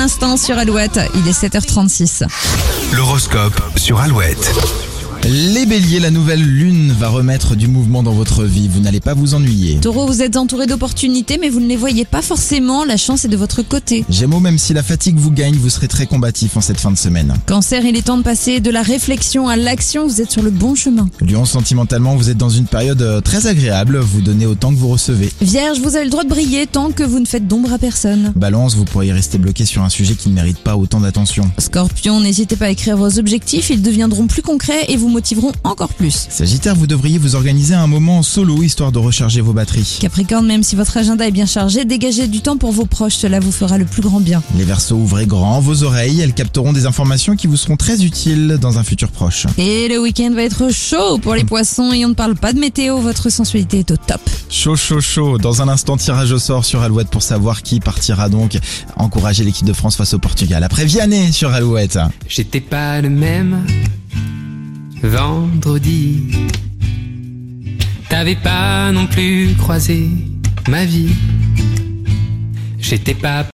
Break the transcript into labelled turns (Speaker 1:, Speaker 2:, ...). Speaker 1: l'instant sur Alouette, il est 7h36.
Speaker 2: L'horoscope sur Alouette.
Speaker 3: Les béliers, la nouvelle lune va remettre du mouvement dans votre vie, vous n'allez pas vous ennuyer.
Speaker 1: Taureau, vous êtes entouré d'opportunités, mais vous ne les voyez pas forcément. La chance est de votre côté.
Speaker 3: Gémeaux, même si la fatigue vous gagne, vous serez très combatif en cette fin de semaine.
Speaker 1: Cancer, il est temps de passer de la réflexion à l'action. Vous êtes sur le bon chemin.
Speaker 3: Lion, sentimentalement, vous êtes dans une période euh, très agréable, vous donnez autant que vous recevez.
Speaker 1: Vierge, vous avez le droit de briller tant que vous ne faites d'ombre à personne.
Speaker 3: Balance, vous pourriez rester bloqué sur un sujet qui ne mérite pas autant d'attention.
Speaker 1: Scorpion, n'hésitez pas à écrire vos objectifs, ils deviendront plus concrets et vous motiveront encore plus.
Speaker 3: Sagittaire, vous devriez vous organiser un moment en solo histoire de recharger vos batteries.
Speaker 1: Capricorne, même si votre agenda est bien chargé, dégagez du temps pour vos proches, cela vous fera le plus grand bien.
Speaker 3: Les Verseaux, ouvrez grand vos oreilles, elles capteront des informations qui vous seront très utiles dans un futur proche.
Speaker 1: Et le week-end va être chaud pour les poissons et on ne parle pas de météo, votre sensualité est au top.
Speaker 3: Chaud, chaud, chaud. Dans un instant, tirage au sort sur Alouette pour savoir qui partira donc encourager l'équipe de France face au Portugal. Après Vianney sur Alouette.
Speaker 4: J'étais pas le même vendredi. T'avais pas non plus croisé ma vie. J'étais pas